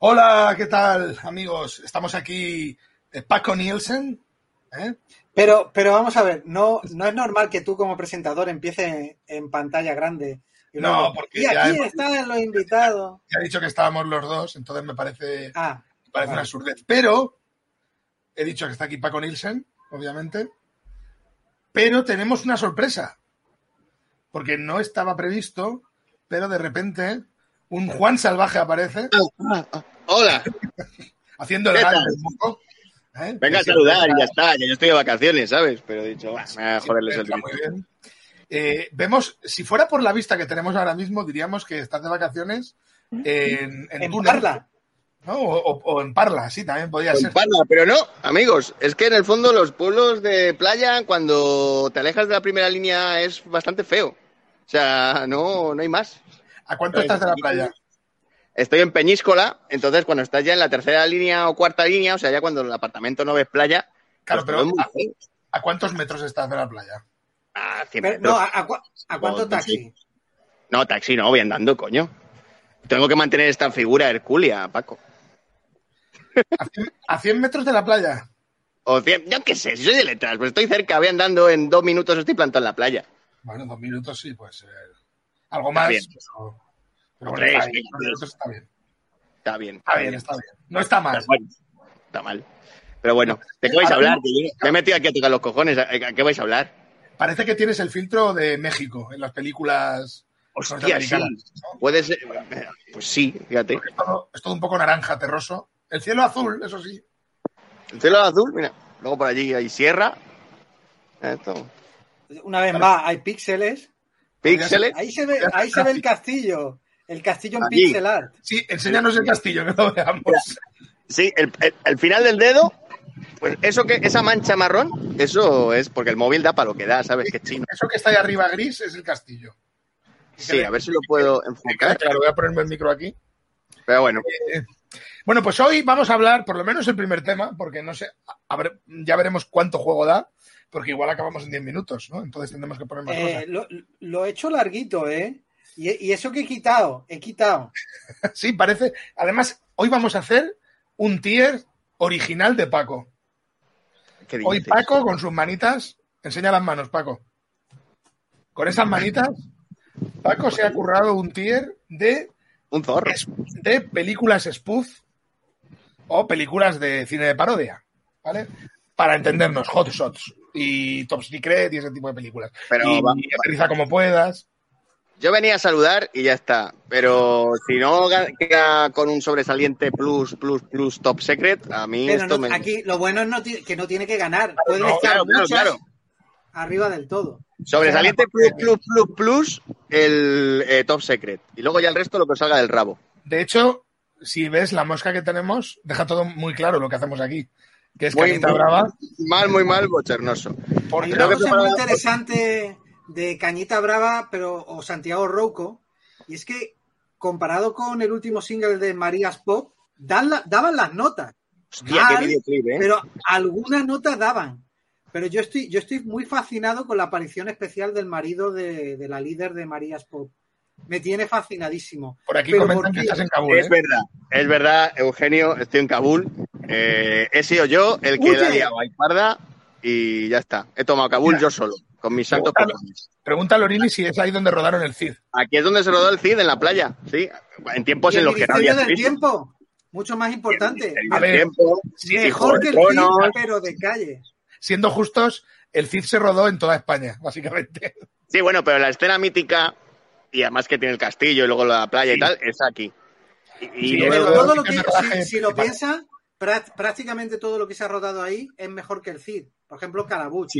Hola, ¿qué tal, amigos? Estamos aquí eh, Paco Nielsen. ¿eh? Pero, pero vamos a ver, no, no es normal que tú como presentador empiece en pantalla grande. y No, luego, porque Y ya aquí hemos- están los invitados. Ya he dicho que estábamos los dos, entonces me parece, Ah, me parece una vale. absurdez. Pero he dicho que está aquí Paco Nielsen, obviamente. Pero tenemos una sorpresa. Porque no estaba previsto, pero de repente un Juan Salvaje aparece Hola, haciendo el ¿Qué gallo tal? un poco. ¿eh? venga a Que siempre saludar, está- y ya está, que yo estoy de vacaciones, ¿sabes? Pero he dicho, ah, joderles el Está muy ritmo. bien. Eh, vemos, si fuera por la vista que tenemos ahora mismo, diríamos que estás de vacaciones en, en en Túnez, Parla. ¿no? O, o- o en Parla, sí, también podía Con ser. palma, pero no, amigos, es que en el fondo los pueblos de playa, cuando te alejas de la primera línea, es bastante feo. O sea, no, no hay más. ¿A cuánto estás de la playa? Estoy en Peñíscola, entonces cuando estás ya en la tercera línea o cuarta línea, o sea, ya cuando en el apartamento no ves playa, Claro, pues pero todo es muy ¿a, feo. a cuántos metros estás de la playa? Ah, cien Pero, metros. no, ¿a, a cua- a cuánto Vos taxi? no, taxi no, voy andando, coño. Tengo que mantener esta figura hercúlea, Paco. ¿A 100, a 100 metros de la playa? O cien- yo qué sé, si soy de letras, pues estoy cerca, voy andando, en dos minutos estoy plantado en la playa. Bueno, dos minutos sí, pues eh, algo más. bien. Pero, pero Hombre, bueno, está sí, bien, dos sí. minutos está bien. Está bien. Está bien, está bien. No está mal. Está mal. Está mal. Pero bueno, ¿de qué vais a hablar? Que yo- Me he metido aquí a tocar los cojones, ¿a a qué vais a hablar? Parece que tienes el filtro de México en las películas Hostia, sí. norteamericanas. Pues ¿no? Puede ser. Pues sí, fíjate. Es todo, es todo un poco naranja, terroso. El cielo azul, eso sí. El cielo azul, mira. Luego por allí hay sierra. Esto. Una vez más, hay píxeles. Píxeles. Ahí se ve, Ya está. ahí se ve el castillo. El castillo en Allí. pixel art. Sí, enséñanos el castillo, que lo veamos. Sí, el, el- el final del dedo. Pues eso que, esa mancha marrón, eso es porque el móvil da para lo que da, ¿sabes? Que es chino. Eso que está ahí arriba gris es el castillo. Sí, a ver si lo Me puedo queda enfocar. Claro, voy a ponerme el micro aquí. Pero bueno, Bueno, pues hoy vamos a hablar, por lo menos el primer tema, porque no sé, a ver, ya veremos cuánto juego da, porque igual acabamos en 10 minutos, ¿no? Entonces tendremos que poner más Eh, lo, lo he hecho larguito, ¿eh? Y, y eso que he quitado, he quitado. cosas. Sí, parece. Además, hoy vamos a hacer un tier original de Paco. ¿qué Hoy dices? Paco con sus manitas, enseña las manos, Paco. Con esas manitas, Paco se ha currado un tier de, Un zorro. de películas spoof o películas de cine de parodia, ¿vale? Para entendernos, Hot Shots y Top Secret y ese tipo de películas. Pero y, va- y aterriza como puedas. Yo venía a saludar y ya está. Pero si no ga- queda con un sobresaliente plus, plus, plus top secret, a mí Pero esto no- me. aquí lo bueno es no ti- que no tiene que ganar. Pueden no, estar claro, claro, muchas claro. arriba del todo. Sobresaliente plus, plus, plus, plus, el eh, top secret. Y luego ya el resto lo que os salga del rabo. De hecho, si ves la mosca que tenemos, deja todo muy claro lo que hacemos aquí, que es Muy- Canita Brava. Mal, muy mal, bochornoso. Porque Hay Creo una que cosa preparado- muy interesante de Cañita Brava pero, o Santiago Rouco, y es que comparado con el último single de Marías Pop, dan la- daban las notas, Hostia, qué Mal, videoclip, ¿eh? pero algunas notas daban. Pero yo estoy, yo estoy muy fascinado con la aparición especial del marido de, de la líder de Marías Pop. Me tiene fascinadísimo. Por aquí Pero comentan ¿por que qué? estás en Kabul, Es ¿eh? verdad, es verdad, Eugenio, estoy en Kabul. Eh, he sido yo el que Huye. la he liado ahí parda y ya está. He tomado Kabul yo solo, con mis santos Claro. cojones. Pregunta a Lorini si es ahí donde rodaron el CID. Aquí es donde se rodó el CID, en la playa, sí. En Y tiempos Pues en el los que no Ministerio había del turismo. tiempo, mucho más importante. El A ver, tiempo, Mejor Hijo que de el Cid, Tronos. pero de calle. Siendo justos, el CID se rodó en toda España, básicamente. Sí, bueno, pero la escena mítica, y además que tiene el castillo y luego la playa y tal, es aquí. Y Sí, Pero luego- claro, todo sí lo que que, es verdad que- si, si lo piensas, prá- prácticamente todo lo que se ha rodado ahí es mejor que el Cid. Por ejemplo, Calabuch.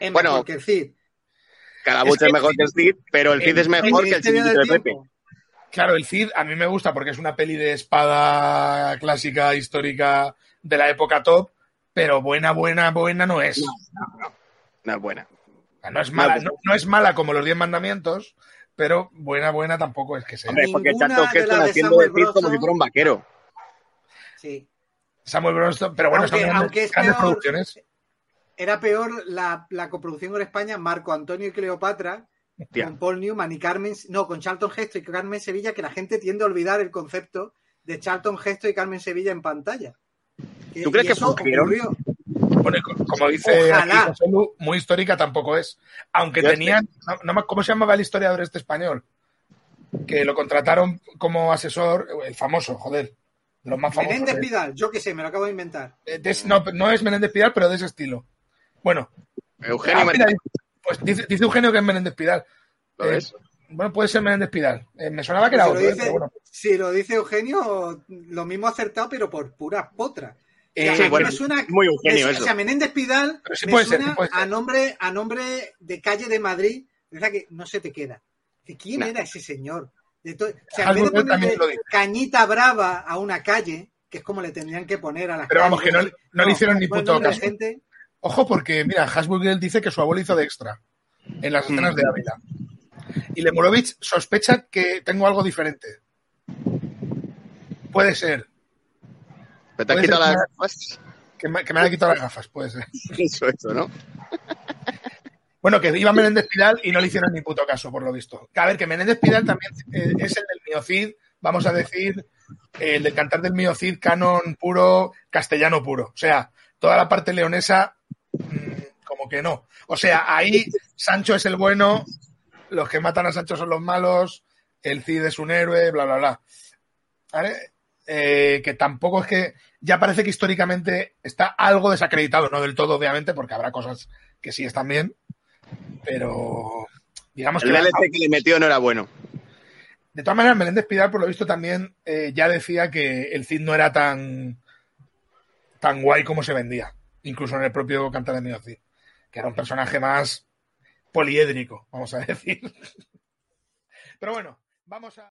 Es Bueno, mejor que el Cid. Calabuch Es que- es mejor que el Cid, pero el Cid es mejor que el Ministerio chiquito del de Pepe. Tiempo. Claro, el Cid a mí me gusta porque es una peli de espada clásica, histórica, de la época top, pero buena, buena, buena no es. No es buena. O sea, No, es mala, No. no, no es mala como los Diez Mandamientos, pero buena, buena tampoco es que sea. Hombre, porque Ninguna tanto que de las están de haciendo Samuel el Cid como Brunson. si fuera un vaquero. Sí. Samuel Bronston, pero bueno, Aunque- son grandes, aunque es grandes peor- producciones. Era peor la, la coproducción con España, Marco Antonio y Cleopatra, Hostia. con Paul Newman y Carmen, no, con Charlton Gesto y Carmen Sevilla, que la gente tiende a olvidar el concepto de Charlton Gesto y Carmen Sevilla en pantalla. ¿Tú crees que eso fungieron? ocurrió. Bueno, y co- como dice Ojalá. aquí José Lu, muy histórica tampoco es. Aunque Ya tenían, no- no me- ¿cómo se llamaba el historiador este español? Que lo contrataron como asesor, el famoso, joder, de los más famosos. Menéndez de- Pidal, yo qué sé, me lo acabo de inventar. de- de- no, no es Menéndez Pidal, pero de ese estilo. Bueno, Eugenio ah, mira, María. pues dice, dice Eugenio que es Menéndez Pidal. ¿Lo ves? Bueno, puede ser Menéndez Pidal. Eh, me sonaba que Si era Pues lo, otro, eh, dice, pero bueno. si lo dice Eugenio, lo mismo acertado, pero por puras potras. Eh, O sea, a mí bueno, me suena- Muy Eugenio me- eso. O sea, Menéndez Pidal Pero sí me puede ser, suena sí puede ser. a nombre a nombre de calle de Madrid, de verdad que no se te queda. ¿De quién Nah. era ese señor? De to- o sea, en Algo vez de que él también ponerle lo dice. cañita brava a una calle, que es como le tendrían que poner a las Pero vamos, calles, que no- no le hicieron ni pon el puto nombre de caso. gente. Ojo, porque mira, Hasburger dice que su abuelo hizo de extra en las escenas de Ávila. Y Lemurovich sospecha que tengo algo diferente. Puede ser. Pero te has puede ser quitado las una- gafas. Que me, que me haya quitado las gafas, puede ser. Eso, eso, ¿no? Bueno, que iba Menéndez Pidal y no le hicieron ni puto caso, por lo visto. A ver, que Menéndez Pidal también eh, es el del miocid, vamos a decir, eh, el del cantar del miocid, canon puro, castellano puro. O sea, toda la parte leonesa, mm, como que no. O sea, ahí Sancho es el bueno, los que matan a Sancho son los malos, el Cid es un héroe, bla, bla, bla. ¿Vale? Eh, que tampoco es que ya parece que históricamente está algo desacreditado, no del todo, obviamente, porque habrá cosas que sí están bien, pero digamos El que la- DLC que le metió no era bueno. de todas maneras, Meléndez Pidal, por lo visto, también eh, ya decía que el Cid no era tan, tan guay como se vendía, incluso en el propio Cantar de Mio Cid, que era un personaje más poliédrico, vamos a decir. Pero bueno, vamos a...